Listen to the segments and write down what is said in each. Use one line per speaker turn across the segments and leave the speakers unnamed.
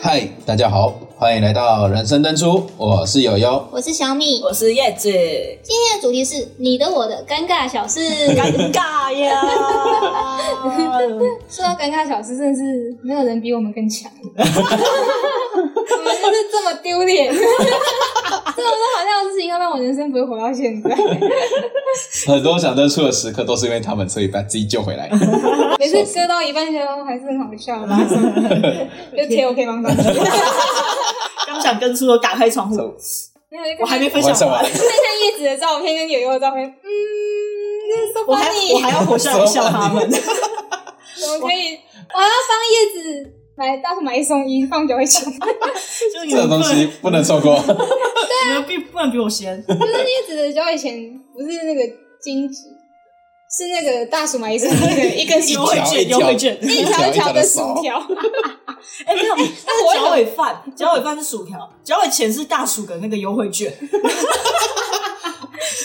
嗨，大家好，欢迎来到人生登出，我是友友。
我是小米，
我是叶子，
今天的主题是你的我的尴尬小 事。
尴尬呀！
说到尴尬小事，真的是没有人比我们更 强。我们就是这么丢脸， 这种好笑的事情，要不然我人生不会活到现 在。
很多想登出的时刻都是因为他们，所以把自己救回来。
每次割到一半，觉得哦还是很好笑， 拉上就贴我可以放上去。
刚想跟出头打开窗户，
So，
没有，就
我还没分
我
享
想
完
完，
看一下叶子的照片跟友友的照片，嗯，这是
我还我
funny，
还要活下来笑他 们。
我们可以，我要帮叶子买到处买一送一，放久一起。
就是你
这
们
种东
不能，
西不能错过。
你们比不能比我先。
就是叶子的脚以前不是那个金纸，是那个大薯买一 送一的一根薯
优惠
条
券，
一条
优惠券，
一条一条的薯条，
哎，没有，那是脚尾饭，脚尾饭是薯条，脚尾钱是大薯的那个优惠券，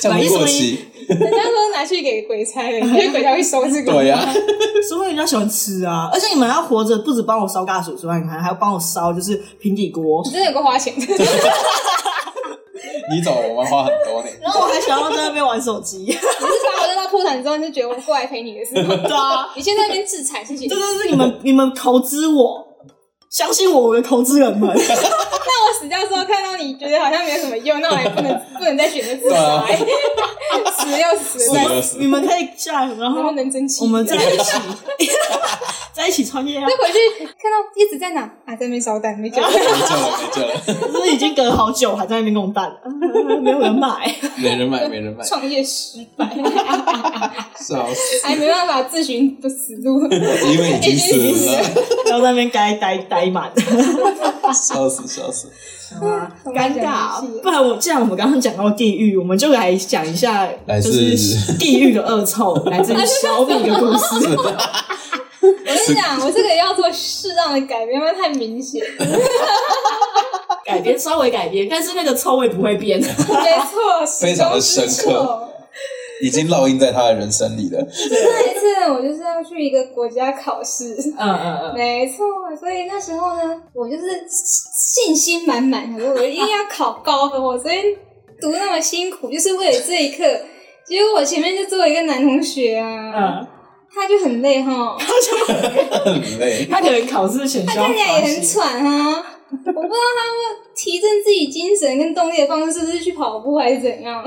这样子过期，
人家说拿去给鬼差了，因为鬼差会收这个。
对呀、
所以人家喜欢吃啊。而且你们要活着，不止帮我烧大薯之外，你还还要帮我烧就是平底锅
你， 真的 有够花钱，你
你走，我们花很多呢。
然后我还想要在那边玩手机。
是把我扔到破产之后，你就觉得我过来陪你的 是吗？
对啊，
你现在那边自残，谢谢你
这。就是 你们你们投资我，相信我，我的投资 人们。
那我死掉之后看到你觉得好像没有什么用，那我也不能不能再选择自杀，
对啊
死又死
死
了，
了死
你们可以下来，然
然后
后
能争气。
我们在一起， 在一起创业啊！
再回去看到叶子在哪啊，在那边烧蛋没救。
没救了，没救了，
就是已经隔了好久，还在那边弄蛋， 没有人买。
没人买，没人买，
创业失败，
笑死！
还哎没办法自寻不死路。
因为已经死了，
然后在那边呆呆呆 满，
笑死，笑死！
尴
啊
尬。啊不然我既然我们刚刚讲到地狱，我们就来讲一下，
来
就
自
是地狱的恶臭，来自于小米的故事。
我跟你讲，我这个要做适当的改变，不然太明显。
改编稍微改编，但是那个臭味不会变。
没错，
非常的深刻
始终如错。
已经烙印在他的人生里了。
那一次我就是要去一个国家考试，
嗯嗯嗯。
没错，所以那时候呢，我就是信心满满，想说我一定要考高分，我昨天读那么辛苦，就是为了这一刻。结果我前面就坐一个男同学啊，
嗯，
他就很累哈，
很累，
他可能考试前
他
需要
看起来也
发
很
泄
喘啊。 我不知道他会提振自己精神跟动力的方式是不是去跑步还是怎样，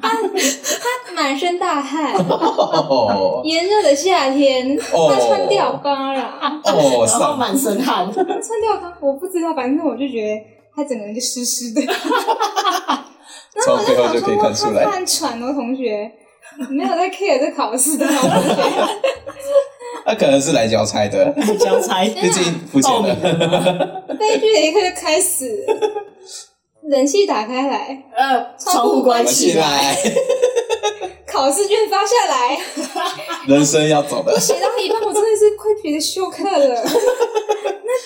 他他满身大 汗，
哦
炎热的夏天，他穿吊嘎 啦，
哦，
然后
上
满身汗，
穿吊嘎，我不知道，反正我就觉得他整个人就湿湿的。然
从
后 我
背
就
后
想
就可以
说，
看
哇，
出
他
来，
犯喘哦，同学，没有在 care 这考试的同学。
他可能是来交差的，
交差。
毕竟付钱了。
悲剧的一刻就 开始了，冷气打开来，
呃，
窗户关
我起。来，
考试卷发下来，
人生要走了。
写到一半，我真的是快觉得休克了，那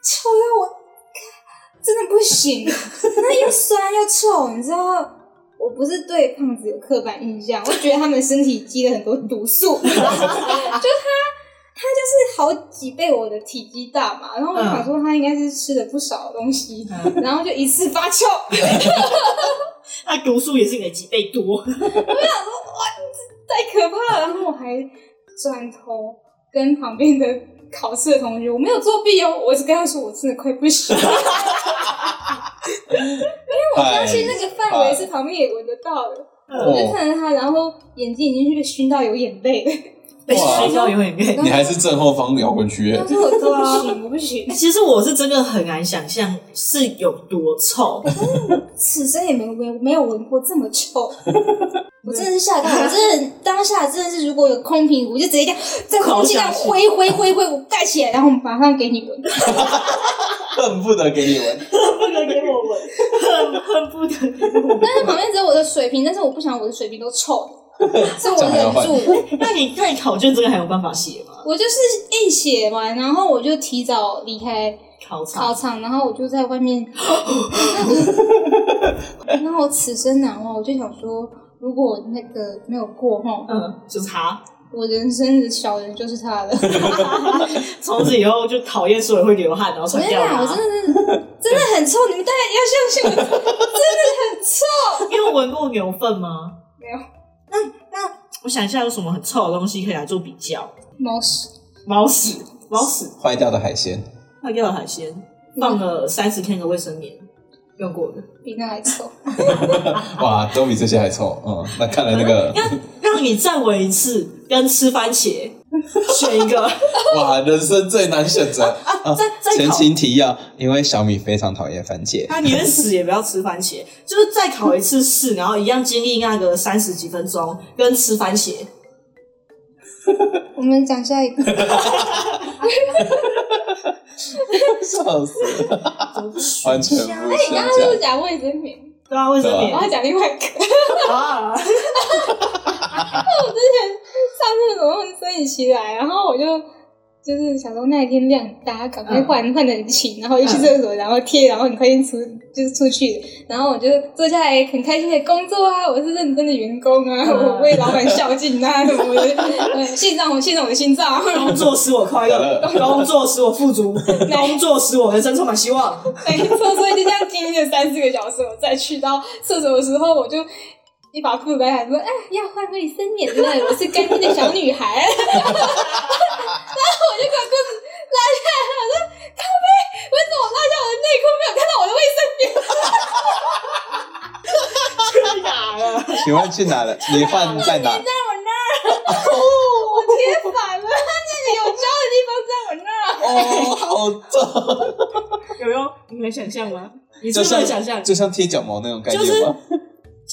臭到我真的不行，那又酸又臭，你知道。我不是对胖子有刻板印象，我觉得他们身体积了很多毒素，就他他就是好几倍我的体积大嘛，然后我想说他应该是吃了不少东西，
嗯
然后就一次发臭，
那毒素也是你的几倍多。
太可怕了！然后我还转头跟旁边的考试的同学，我没有作弊哦，我只跟他说我真的快不 行了。我相信那个范围是旁边也闻得到的，
哎
我就
哦
看着他，然后眼睛已经被熏到有眼泪了。
被
哇
熏到永远变。
你还是正后方摇滚区
他说我真的不行，我不行，
其实我是真的很难想象是有多臭，
此生也没有没没有闻过这么 臭。我真的是吓到，我真的当下真的是，如果有空瓶，我就直接这样在空气 上挥挥挥挥，我盖起来，然后马上给你 闻。
恨不得给你闻。
不能给我闻，恨恨不得给我 闻。
但是旁边只有我的水瓶，但是我不想我的水瓶 都臭的，所以我
这样还要
忍
换
住了。
那你那你考卷这个还有办法写吗？
我就是硬写完，然后我就提早离开
考
考
场
场，然后我就在 外面，然啊后我此生难忘。我就想说，如果那个没有过哈，
嗯，就查
我人生的小人就是他 了。
从此以后就讨厌所有会流汗然后
我
穿啊
跟你
吊
讲，
带
啊
我真，的是真的很臭，你们大家要相信我， 真的很臭。
因为闻过牛粪吗？
没有
我想一下有什么很臭的东西可以来做比较，
猫屎，
猫屎、猫屎、
坏掉的海鲜，
坏掉的海鲜，放了三十天的卫生棉，用过的，
比那还臭。
哇，都比这些还臭。嗯，那看来那个，
让你再闻一次，跟吃番茄选一 个，
哇，人生最难选择。啊
再再
前
考
情提要，因为小米非常讨厌番茄，
他宁愿死也不要吃番茄，就是再考一次试，然后一样经历那个三十几分钟，跟吃番茄。
我们讲下一个，
笑死，完全不
你刚
想
刚是不是
讲。
讲卫生棉？
对啊，卫生
我要
棉
讲另外一个。
啊，
上厕所后生理期来，然后我就就是想说那一天量很大，赶快换换的很勤，然后就去厕所，然后贴，然后很快就出就是出去，然后我就坐下来很开心的工作啊，我是认真的员工啊，
嗯
我为老板孝敬啊，什么的，呃献上我献上我的心脏。
工作使我快乐，工作使我富足，工作使我人生充满希望。
没错，所以就这样经历了三四个小时，我再去到厕所的时候，我就。一把裤子摆喊说：“啊，要换卫生棉了，我是干净的小女孩。” 然后我就把裤子拉下来，我说：“咖啡，为什么我拉下我的内裤没有看到我的卫生棉
去哪了？
请问去哪了？你换在哪？
在我那儿？哦我贴反了，那里有胶的地方在 我那儿。
哦，好重，
有用？你能想象吗？你是不是能想象？
就像贴脚毛那种概念 吗？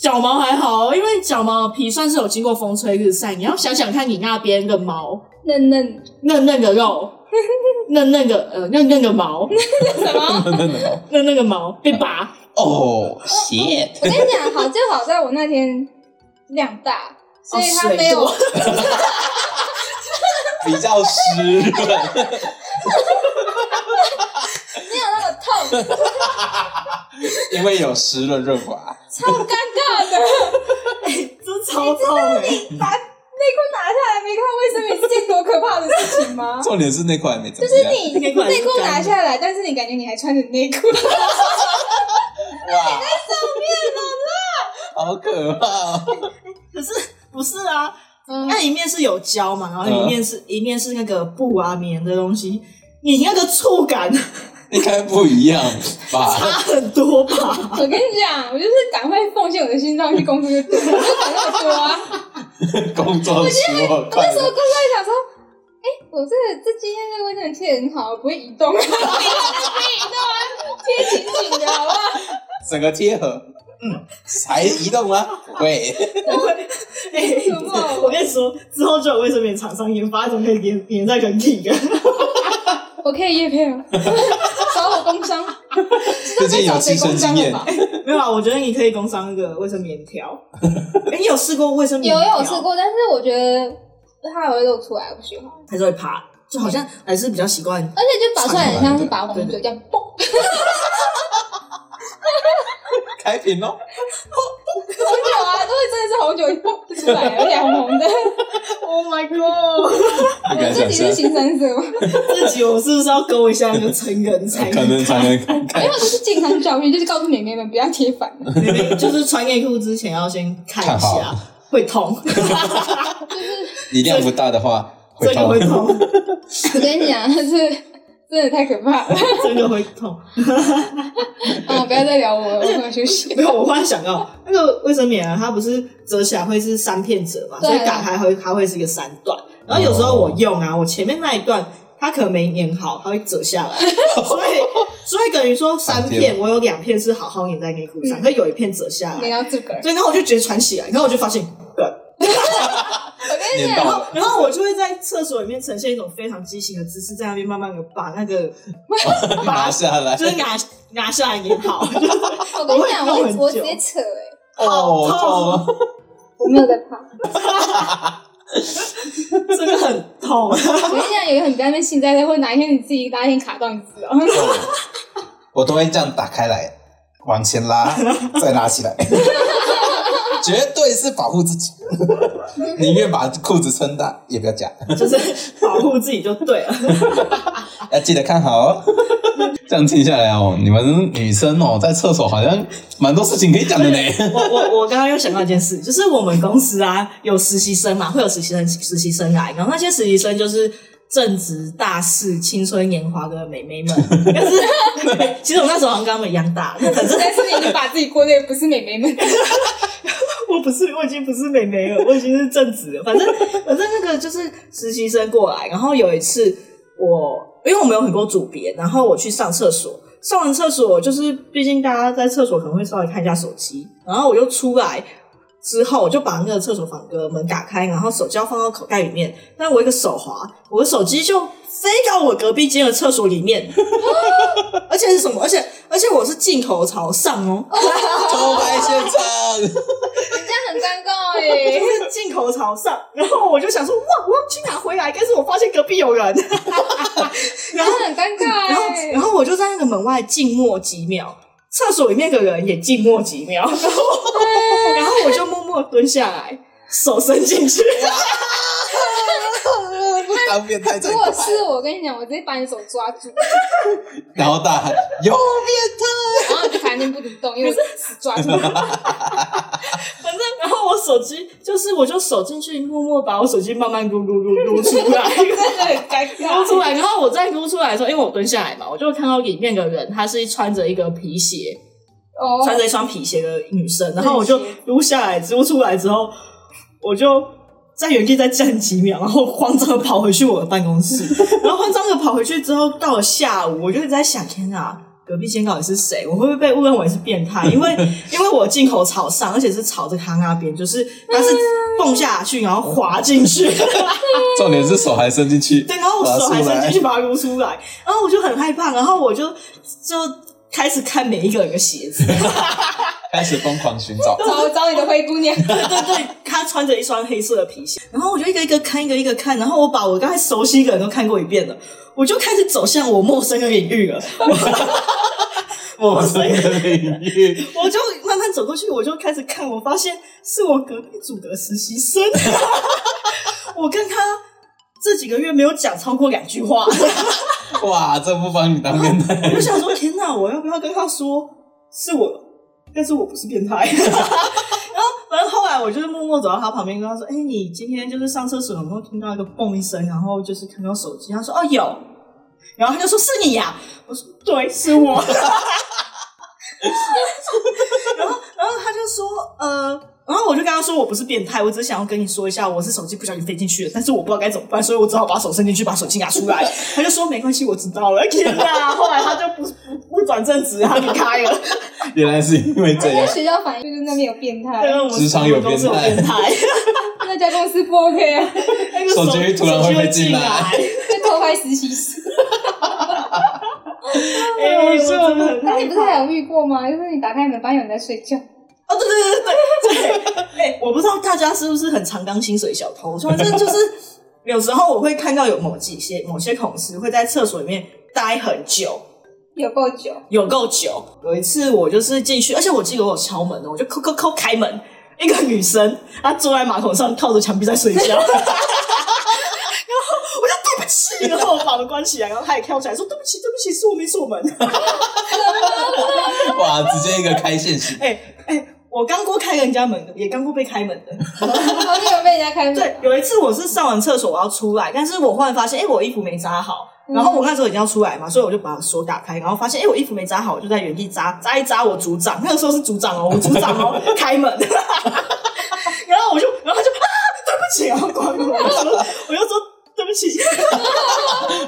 脚毛还好，因为脚毛皮算是有经过风吹日晒，你要想想看你那边的毛，
嫩嫩
嫩嫩的肉，嫩嫩的呃嫩嫩的毛，
什么？
真的吗
嫩嫩的毛被拔，
哦，shit，
我跟你讲，好就好在我那天量大，所以它没有
哦
比较湿润，
没有那么痛。”
因为有湿润润滑。？
超尴尬的，
真超痛哎、
把内裤 拿下来没看卫生棉是件多可怕的事情吗
重点是那块没怎么
就是
样。
你
内裤还是
内裤
干的
拿下来，但是你感觉你还穿着内裤，
哇，好可怕哦！
可是不是啊？
嗯
那一面是有胶嘛，然后一面是、一面是那个布啊棉的东西，你那个触感
应该不一样
差
吧？
很多 吧？
我跟你讲，我就是赶快奉献我的心脏去工作就对了，我就想那么多啊。
工作使我快
那
乐
时候工，作还想说，哎，我这个这今天这个卫生棉贴得很好，不会移 动啊，不会移动啊，贴紧紧的好不好？
整个贴合，嗯，还移动吗？不会，
哎、
什么
我跟你说，之后就有卫生棉厂商研发一种可以粘粘在人体的，
我可以叶配 了，找我工伤，
最近有亲身经验，
没有啊？我觉得你可以工商那个卫生棉 条。哎、你有试过卫生棉
有
条？
有试，过，但是我觉得它还会露出来，我不喜欢。
还是会爬，就好像还是比较习惯
而且就拔出来很像是拔红酒这样嘣，
开屏哦喽！
红酒啊，都会真的是红酒一蹦就出来了，而且红 红的。
Oh my god！
不
我
敢
自
想
己是
象，
新三 色吗？
这集我是不是要勾一下那个成人才
可能才能 看
因
看
为这是健康教育，就是告诉妹妹们不要贴反 了，
明明就是穿内裤之前要先看一
看
下
好，
会 痛，
你量不大的话会
真的
痛
会。痛，
我跟你讲，是真的太可怕了
真的会痛。
啊！不要再聊我了，我想休息。
没有，我忽然想到那个卫生棉啊，它不是折起来会是三片折嘛，
对
所以打开会它会是一个三段。然后有时候我用啊，我前面那一段它可能没粘好，它会折下来，所以所以等于说三
三
片，
片
我有两片是好好粘在内裤上，可有一片折下
你
来。
要自个儿，
对，然后我就直接穿起来，然后我就发现，对，
我跟 你
粘到
讲，
然后
了，
然后我就会在厕所里面呈现一种非常畸形的姿势，在那边慢慢的把那个
拿下来
就，是拿拿下来也好，
我跟你讲，
我会弄很
我
久
我直接扯哎，
哦，痛啊！
我没有在怕。
真的很痛。啊
我跟你讲，有一个很担心幸灾乐祸，哪一天你自己拉天卡到，你哦 知道？
我都会这样打开来，往前拉，再拉起来，绝对是保护自己，宁愿把裤子撑大也不要夹，
就是保护自己就对了。
要记得看好哦。这样听下来哦，你们女生哦，在厕所好像蛮多事情可以讲的 呢。
我我我刚刚又想到一件事，就是我们公司啊有实习生嘛，会有实习生实习生啊来，然后那些实习生就是正值大势、青春年华的美 眉们，但是其实我那时候好像跟他们一样大，可是
但是你已经把自己归类不是美眉 们，
我不是，我已经不是美眉了，我已经是正职了。反正反正那个就是实习生过来，然后有一次我因为我们有很多组别，然后我去上厕所，上完厕所就是毕竟大家在厕所可能会稍微看一下手机，然后我就出来。之后我就把那个厕所房的门打开，然后手机要放到口袋里面。但我一个手滑，我的手机就飞到我隔壁间的厕所里面， 而且是什么？而且而且我是镜头朝上哦，
偷拍现场，
这样很尴尬
我
哎、
就是镜头朝上，然后我就想说，哇，我要去拿回来，但是我发现隔壁有人，
然后很尴尬
然后
哎、
然后我就在那个门外静默几秒，厕所里面的人也静默几 秒，然后然后我就默默蹲下来，手伸进去，
不当变态才
如果
怪。
是我跟你讲，我直接把你手抓住，
然后大喊有变
然后你就反正不能动，因为我死抓 住你。
反正然后我手机就是我就手进去，默默把我手机慢慢撸撸撸撸出来。
真的很尴
撸
尬。
出来，然后我再撸出来的时候，因为我蹲下来嘛，我就看到里面的人，他是穿着一个皮鞋，
哦，
穿着一双皮鞋的女生，然后我就
皮鞋
撸下来，撸出来之后，我就在原地再站几秒，然后慌张的跑回去我的办公室，然后慌张的跑回去之后，到了下午，我就一直在想，天啊，隔壁间到底是谁？我会不会被误认为是变态？因为因为我镜头朝上，而且是朝着他那边，就是他是蹦下去，然后滑进去。
态！重点是手还伸进去，
对，然后我手还伸进去把它撸出来，然后我就很害怕，然后我就就开始看每一个人的鞋子，
开始疯狂寻找。
找找你的灰姑 娘，
对对对，她穿着一双黑色的皮鞋，然后我就一个一个看，一个一个看，然后我把我刚才熟悉的人都看过一遍了，我就开始走向我陌生的领域 了。
陌生的领域，
我就慢慢走过去，我就开始看，我发现是我隔壁组的实习生，我跟他这几个月没有讲超过两句话，
哇，这不帮你当变态。
我就想说，天哪，我要不要跟他说是我，但是我不是变态。 然后反正后来我就是默默走到他旁边，跟他说：“哎、你今天就是上厕所有没有听到一个嘣一声，然后就是看到手机？”他说：“哦，有。”然后他就说：“是你呀、我说：“对，是我。” 然后，然后他就说：“呃。”然后我就跟他说：“我不是变态，我只是想要跟你说一下，我是手机不小心飞进去了，但是我不知道该怎么办，所以我只好把手伸进去，把手机拿出来。” 他就说：“没关系，我知道了。”天哪！后来他就不不不转正职，他离开了。
原来是因为这
在
样，
学校反应就是那边有变态
对，我们
职场有
我们公司有
变态
变态。
那家公司不 OK 啊，
那个
手机突然会被
进
进来
在偷拍实习生。
哎，我真的很
那你
害
不是
怕。
还有遇过吗？就是你打开门发现有人在睡觉，
哦，对对对对 对，哎，我不知道大家是不是很常当薪水小偷，反正就是 有时候我会看到有某几些某些同事会在厕所里面待很久，
有够久，
有够久。有一次我就是进去，而且我记得我有敲门的，我就扣扣扣开门，一个女生她坐在马桶上靠着墙壁在睡觉。然后我就对不起，然后我把门关起来，然后她也跳起来说：“对不起，对不起，是我没锁门。”
哇，直接一个开线型，
哎、哎、我刚过开人家门的，也刚过被开门的。
然后就有被人家开门。
对，有一次我是上完厕所我要出来，但是我忽然发现，哎、我衣服没扎好。然后我那时候已经要出来嘛，所以我就把锁打开，然后发现，哎，我衣服没扎好，我就在原地扎扎一扎我组长，那个时候是组长哦，我组长 哦，开门，然后我就，然后他就啊，对不起，然后关门，我就说，我就说对不起，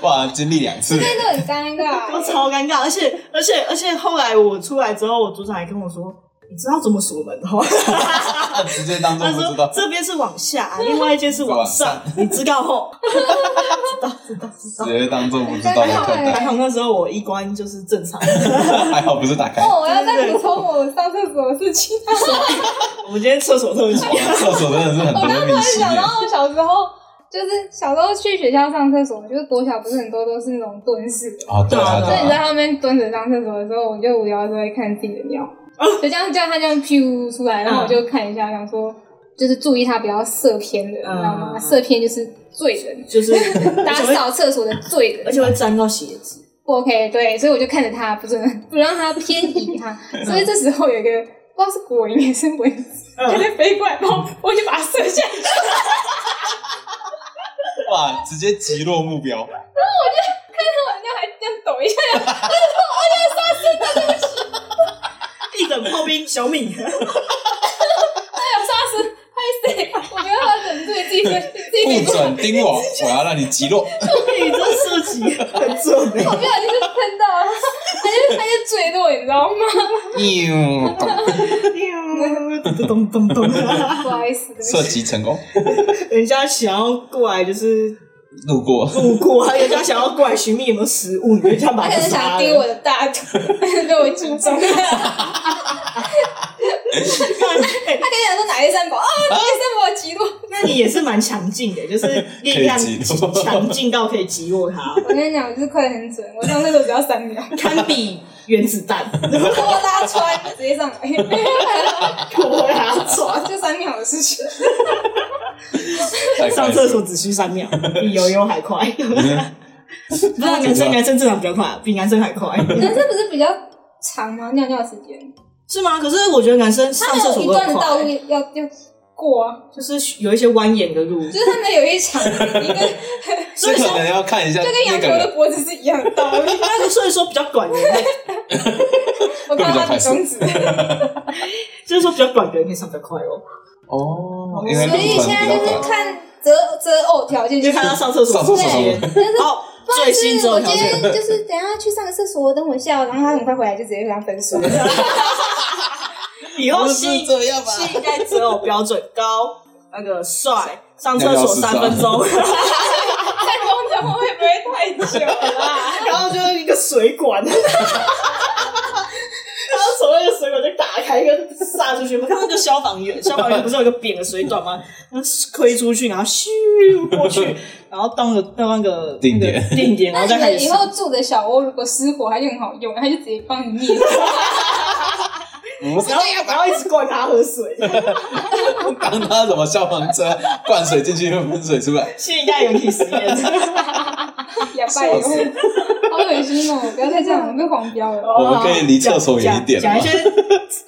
哇，经历两次，
那很尴
我
尬，
超尴尬，而且而且而且后来我出来之后，我组长还跟我说，你知道怎么锁门的吗？
直接当做
他
不知
说
道。
这边是往下，另外一 件是往上，你知道吼？ 知道知道知道
直。接当做不知道的看待，
还好那时候我一关就是正常，
还好不是打开。
哦，我要再补充我上厕所的事情。
我们今天厕所特辑。
哇厕所真的是很多
我刚
的
突
迷
然
信
想
耶
啊
到，我小时候就是小时候去学校上厕所，就是国小不是很多都是那种蹲式的，
哦，对啊，
对啊
所以你
对
在
啊，
他们蹲着上厕所的时候，我就无聊的时候会看自己的尿。
哦
就这样叫他这样 Q 出来，然
嗯
后我就看一下，想说就是注意他不要射偏了，你知道吗？
嗯
射偏就是罪人，
就是
打扫厕所的罪人
而，且会沾到鞋子。
不 OK，对，所以我就看着他，不是很不让他偏移哈。 所以这时候有一个不知道是果蝇还是蚊子，
嗯
它在飞过来，然后我就把它射下去。
哇，直接击落目标，
然后人家还这样抖一下，
一等炮兵 小米，
他有杀死，拍谁？我觉得他忍住自己的自己
不
不
准盯我，我要让你击落。
你这射击很准欸
不小心就喷到了，他就他就坠落，你知道吗？
喵
咚咚咚，
不好意思，对不
射
起。
击成功，
人家想要过来就是
路过。
路过，人家想要过来寻觅有没有食物，你就这样把
他
它
可能
杀
哎想
了。
丢我的大腿，被我击中。他可能
哎
想说哪一扇宝啊，哪一扇宝击落。
那你也是蛮强劲的，就是力量
可以击落
强劲到可以击落它，
我跟你讲，我就是快得很准，我上厕所只要三秒，
堪比原子弹。
拖拉穿直接 上来，
拖拉船，
就三秒的事情。
太快
上厕所只需三秒，比游泳还快。嗯不知道男生男生正常比较快，比男生还 快，
男生不是比较长吗？尿尿的时间，
是吗？可是我觉得男生
他
上
们
厕
有
所
一
都
段
很
的道路
快，
要要过啊，
就是有一些蜿蜒的路，
就是他们有一场一个
这可能要看一下
就跟
那
羊
个
驼
人
的脖子是一样的道理。
那所以说比较短 的，
我看到他的中指，
就是说比较短的可以上比较快哦。
哦，因为
所
路
以
程
现
比较
在就是
短。
看择择偶条件，
你就看他上厕所之前，哦，最新
是
这
我
种
今
条件
天就是等一下去上个厕所，等我一下哦，然后他很快回来就直接跟他分手。
以后新
这样吧
新一代择偶标准高，那个帅，上厕所三分钟，
在公交会不会太久啦？
然后就是一个水管。 然后从那个水管就打开，一个撒出去。我看到那个消防员，消防员不是有一个扁的水管吗？然后推出去，然后咻过 去，然后到那个到那个
定点
那个定点，然
那
后
你
再开
们
始
以后住的小窝如果失火，它就很好用，它就直接帮你灭。
不是
然后然后一直灌他喝水。
当他什么消防车灌水进去会喷水出来，
新一代人体实验，
哑巴以后，好恶心哦！不要再这样，我被黄标了。
我们可以离厕所远一点
哦讲
吗
讲一些，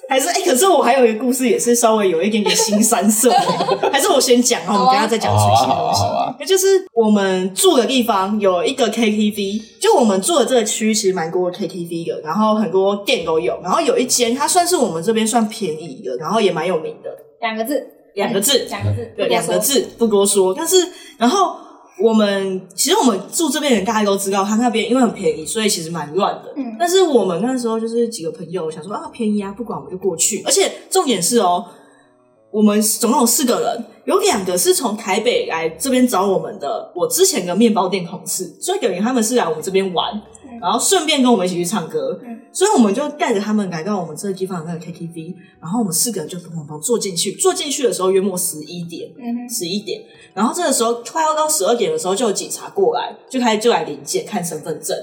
还是哎、可是我还有一个故事，也是稍微有一点点新三色的，还是我先讲，然后我们等一下再讲最新的
好
东
啊
西
好啊好啊。
那就是我们住的地方有一个 KTV，就我们住的这个区其实蛮多 KTV 的，然后很多店都有，然后有一间它算是我们这边算便宜的，然后也蛮有名的，
两个字，
两个字，
两个字，
对，两个。字不多说。但是，然后我们其实我们住这边的人大家都知道，他那边因为很便宜，所以其实蛮乱的。
嗯
但是我们那时候就是几个朋友想说啊，便宜啊，不管我们就过去。而且重点是哦，我们总共有四个人，有两个是从台北来这边找我们的，我之前的面包店同事，所以等于他们是来我们这边玩，然后顺便跟我们一起去唱歌，
嗯
所以我们就带着他们来到我们这个地方的那个 KTV，然后我们四个人就砰砰砰坐进去，坐进去的时候约莫十一点，
嗯
十一点，然后这个时候快要到十二点的时候，就有警察过来，就开始就来临检看身份证。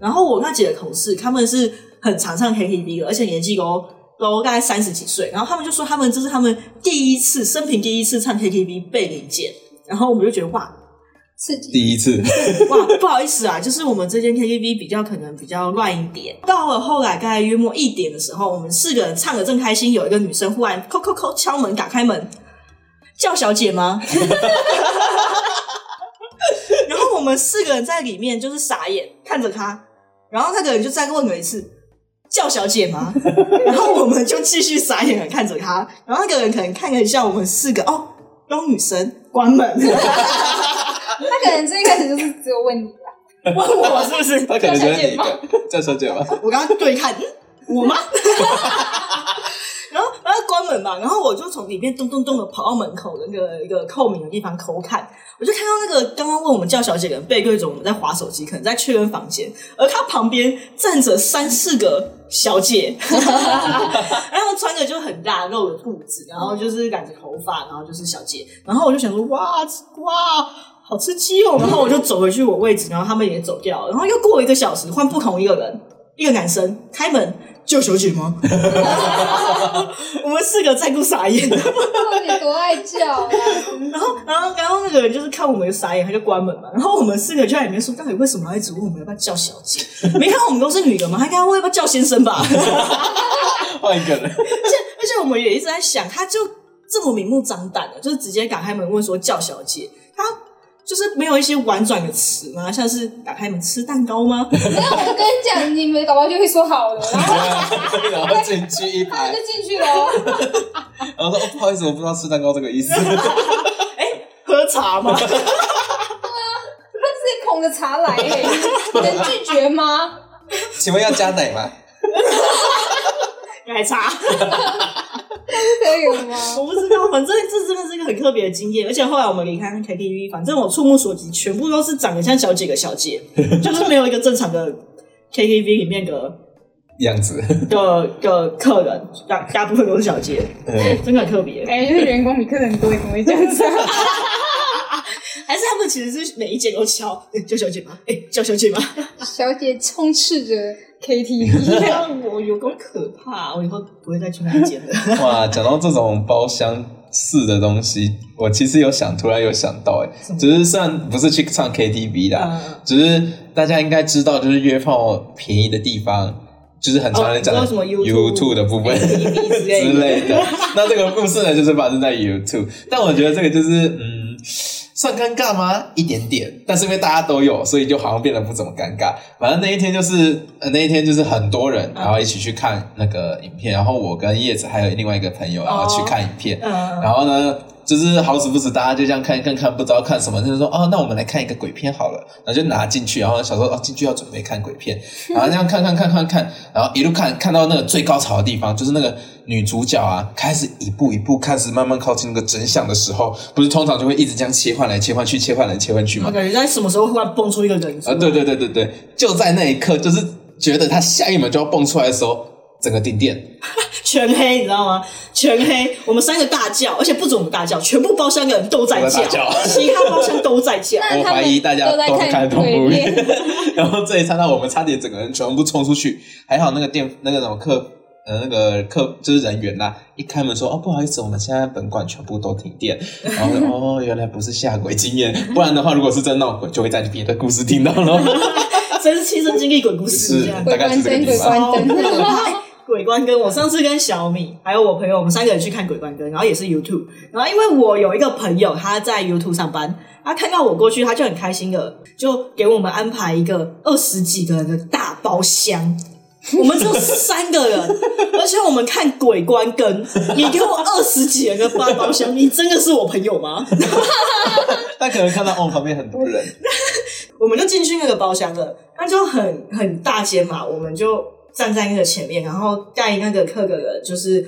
然后我那几个同事，他们是很常上 KTV 的，而且年纪都都大概三十几岁，然后他们就说他们这是他们第一次生平第一次唱 KTV 被临检，然后我们就觉得哇，
刺激。
第一 次，
哇，不好意思啊，就是我们这间 KTV 比较可能比较乱一点。到了后来大概约莫一点的时候，我们四个人唱的正开心，有一个女生忽然 叩叩叩敲门，打开门，叫小姐吗？ 然后我们四个人在里面就是傻眼看着她，然后那个人就再问了一次。叫小姐吗？ 然后我们就继续傻眼的看着她，然后那个人可能看了一下我们四个，哦，都女生，关门，
他可能最一开始就是只有问你，
问我是不是？
他可能觉得你叫小姐吧，
我刚刚对看，嗯我吗？然后，然后关门嘛，然后我就从里面咚咚咚的跑到门口的那个一个透明的地方偷看，我就看到那个刚刚问我们叫小姐的人背对着我们在划手机，可能在确认房间，而她旁边站着三四个小姐，然后穿着就很大露的裤子，然后就是染着头发，然后就是小姐，然后我就想说哇哇。好吃鸡哦！然后我就走回去我位置，然后他们也走掉了。然后又过一个小时，换不同一个人，一个男生开门，救小姐吗？我们四个在顾傻眼，
到底多爱叫啊！
然后，然后，然后那个人就是看我们傻眼，他就关门嘛。然后我们四个就在里面说，到底为什么要一直问我们要不要叫小姐？没看我们都是女的吗？他应该问要不要叫先生吧？
换一个 人，
而且我们也一直在想，他就这么明目张胆的，就是直接打开门问说叫小姐，他就是没有一些婉转的词吗？像是打开门吃蛋糕吗？
没有，我跟你讲，你们搞不好就会说好了，然
然
后
后进去一
他
排
们，就进去了哦。
然后说、哦、不好意思，我不知道吃蛋糕这个意 思。
哎喝茶吗？
自己捧着茶来、欸，能拒绝吗？
请问要加奶吗？
奶茶？
可以吗？
我不知道，反正这真的是一个很特别的经验。而且后来我们离开 KTV，反正我触目所及，全部都是长得像小姐的 小姐，就是没有一个正常的 KTV 里面的
样子，
的的客人，大大部分都是小姐，
嗯，
真的很特别。
感觉就是员工比客人多，怎么会这样子、啊？
还是他们其实是每一间都敲，哎、叫小姐吧，哎、叫小姐吧。
小姐充斥着 KTV，
啊我有多可怕，我以后不会再去那一间 了。
哇，讲到这种包厢式的东西，我其实有想，突然有想到、欸，哎，只是虽然不是去唱 KTV 啦，
嗯
只是大家应该知道，就是约炮便宜的地方，就是很常人讲
哦
的
你说什么 YouTube
YouTube 的部分
KTV 之类
之
的
类的。那这个故事呢，就是发生在 YouTube，但我觉得这个就是嗯。算尴尬吗？一点点，但是因为大家都有，所以就好像变得不怎么尴尬。反正那一天就是，呃、那一天就是很多人，然后一起去看那个影片，然后我跟叶子还有另外一个朋友，然后
哦
去看影片，
嗯，
然后呢，就是好死不死，大家就这样看一看，看不知道看什么，就是说哦，那我们来看一个鬼片好了，然后就拿进去，然后想说哦，进去要准备看鬼片，然后这样看看看看看，然后一路看看到那个最高潮的地方，就是那个女主角啊，开始一步一步开始慢慢靠近那个真相的时候，不是通常就会一直这样切换来切换去，切换来切换去吗
我？哦感觉在什么时候忽然蹦出一个人出
啊，
来
对对对对对，就在那一刻，就是觉得她下一秒就要蹦出来的时候，整个停电。
全黑，你知道吗？全黑，我们三个大叫，而且不止我们大叫，全部包厢的人都在
都
叫，
在大叫
其他包厢都在叫。
我怀疑大家
都在
都是
看
看恐怖
鬼
片， 然后这一刹那我们差点整个人全部冲出去，还好那个店那个什么客呃那个客就是人员呐、一开门说哦不好意思，我们现在本馆全部都停电， 然后说哦原来不是吓鬼经验，不然的话如果是真闹鬼，就会在别的故事听到喽。
真是亲身经历鬼故事，
是
这样。
大
鬼
概是
关
这个地
灯，鬼
方。
关灯。
鬼关灯，我上次跟小米还有我朋友，我们三个人去看鬼关灯，然后也是 YouTube，然后因为我有一个朋友他在 YouTube 上班，他看到我过去，他就很开心的就给我们安排一个二十几个人的大包厢。我们只有三个人，而且我们看鬼关灯，你给我二十几人的大包厢，你真的是我朋友吗？
但可能看到哦旁边很多人，
我们就进去那个包厢了，那就很很大间嘛，我们就站在那个前面，然后带那个客的人就是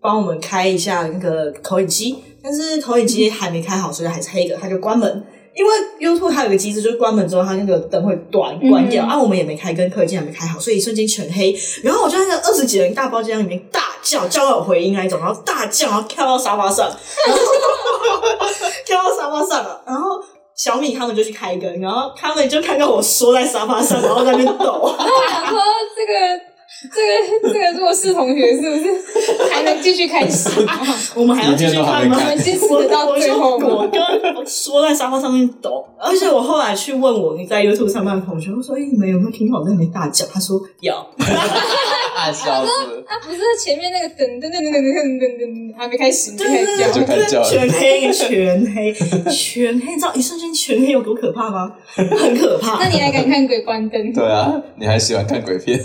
帮我们开一下那个投影机，但是投影机还没开好，所以还是黑的，他就关门。因为 YouTube 它有个机制，就是关门之后，它那个灯会断关掉、
嗯
啊。我们也没开，跟客机还没开好，所以瞬间全黑。然后我就在那个二十几人大包间里面大叫，叫到有回音那一种，然后大叫，然后跳到沙发上， 跳到沙发上了。然后小米他们就去开灯，然后他们就看到我缩在沙发上，然后在那边抖。
我想说这个。这个这个弱势同学是不是还能继续开始吗？
我们还要继续看吗
影片都还没看？
我们坚持
我
到
我
最
就
后吗？
我跟缩在沙发上面抖，而且我后来去问我在 YouTube 上班的同学，我说：“哎、你们有没有听到我在那边大叫？”他说：“有。”
啊笑 死，
他不是前面那个噔噔噔噔噔噔噔噔还没开始，就开
对
始
对
叫，
就开始叫了
全黑，全黑，全黑，你知道一瞬间全黑有多可怕吗？很可怕
那。你还敢看鬼关灯？
对啊，你还喜欢看鬼片？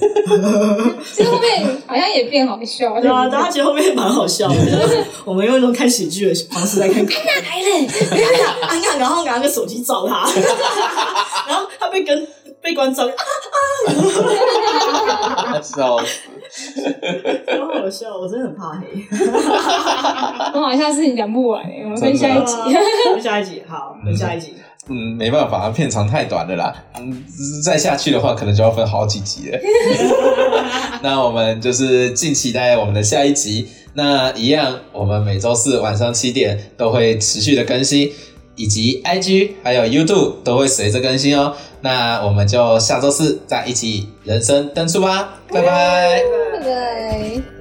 其实后面好像也变好笑了。
对啊， 大家觉得后面蛮好笑 的。我们用一种看喜剧的方式在
来
看。
了，
安娜，安娜，然后拿个手机照 他，然后他被跟被关照，
啊笑死，
好好笑，我真的很怕黑。
我好像事情讲不完欸我们分下一集。
分下一集，好，分下一集。
嗯，没办法，片长太短了啦。嗯，再下去的话，可能就要分好几集了。 那我们就是敬期待我们的下一集。那一样，我们每周四晚上七点都会持续的更新，以及 IG 还有 YouTube 都会随着更新哦。那我们就下周四再一起人生登出吧，拜拜。
拜拜
拜拜。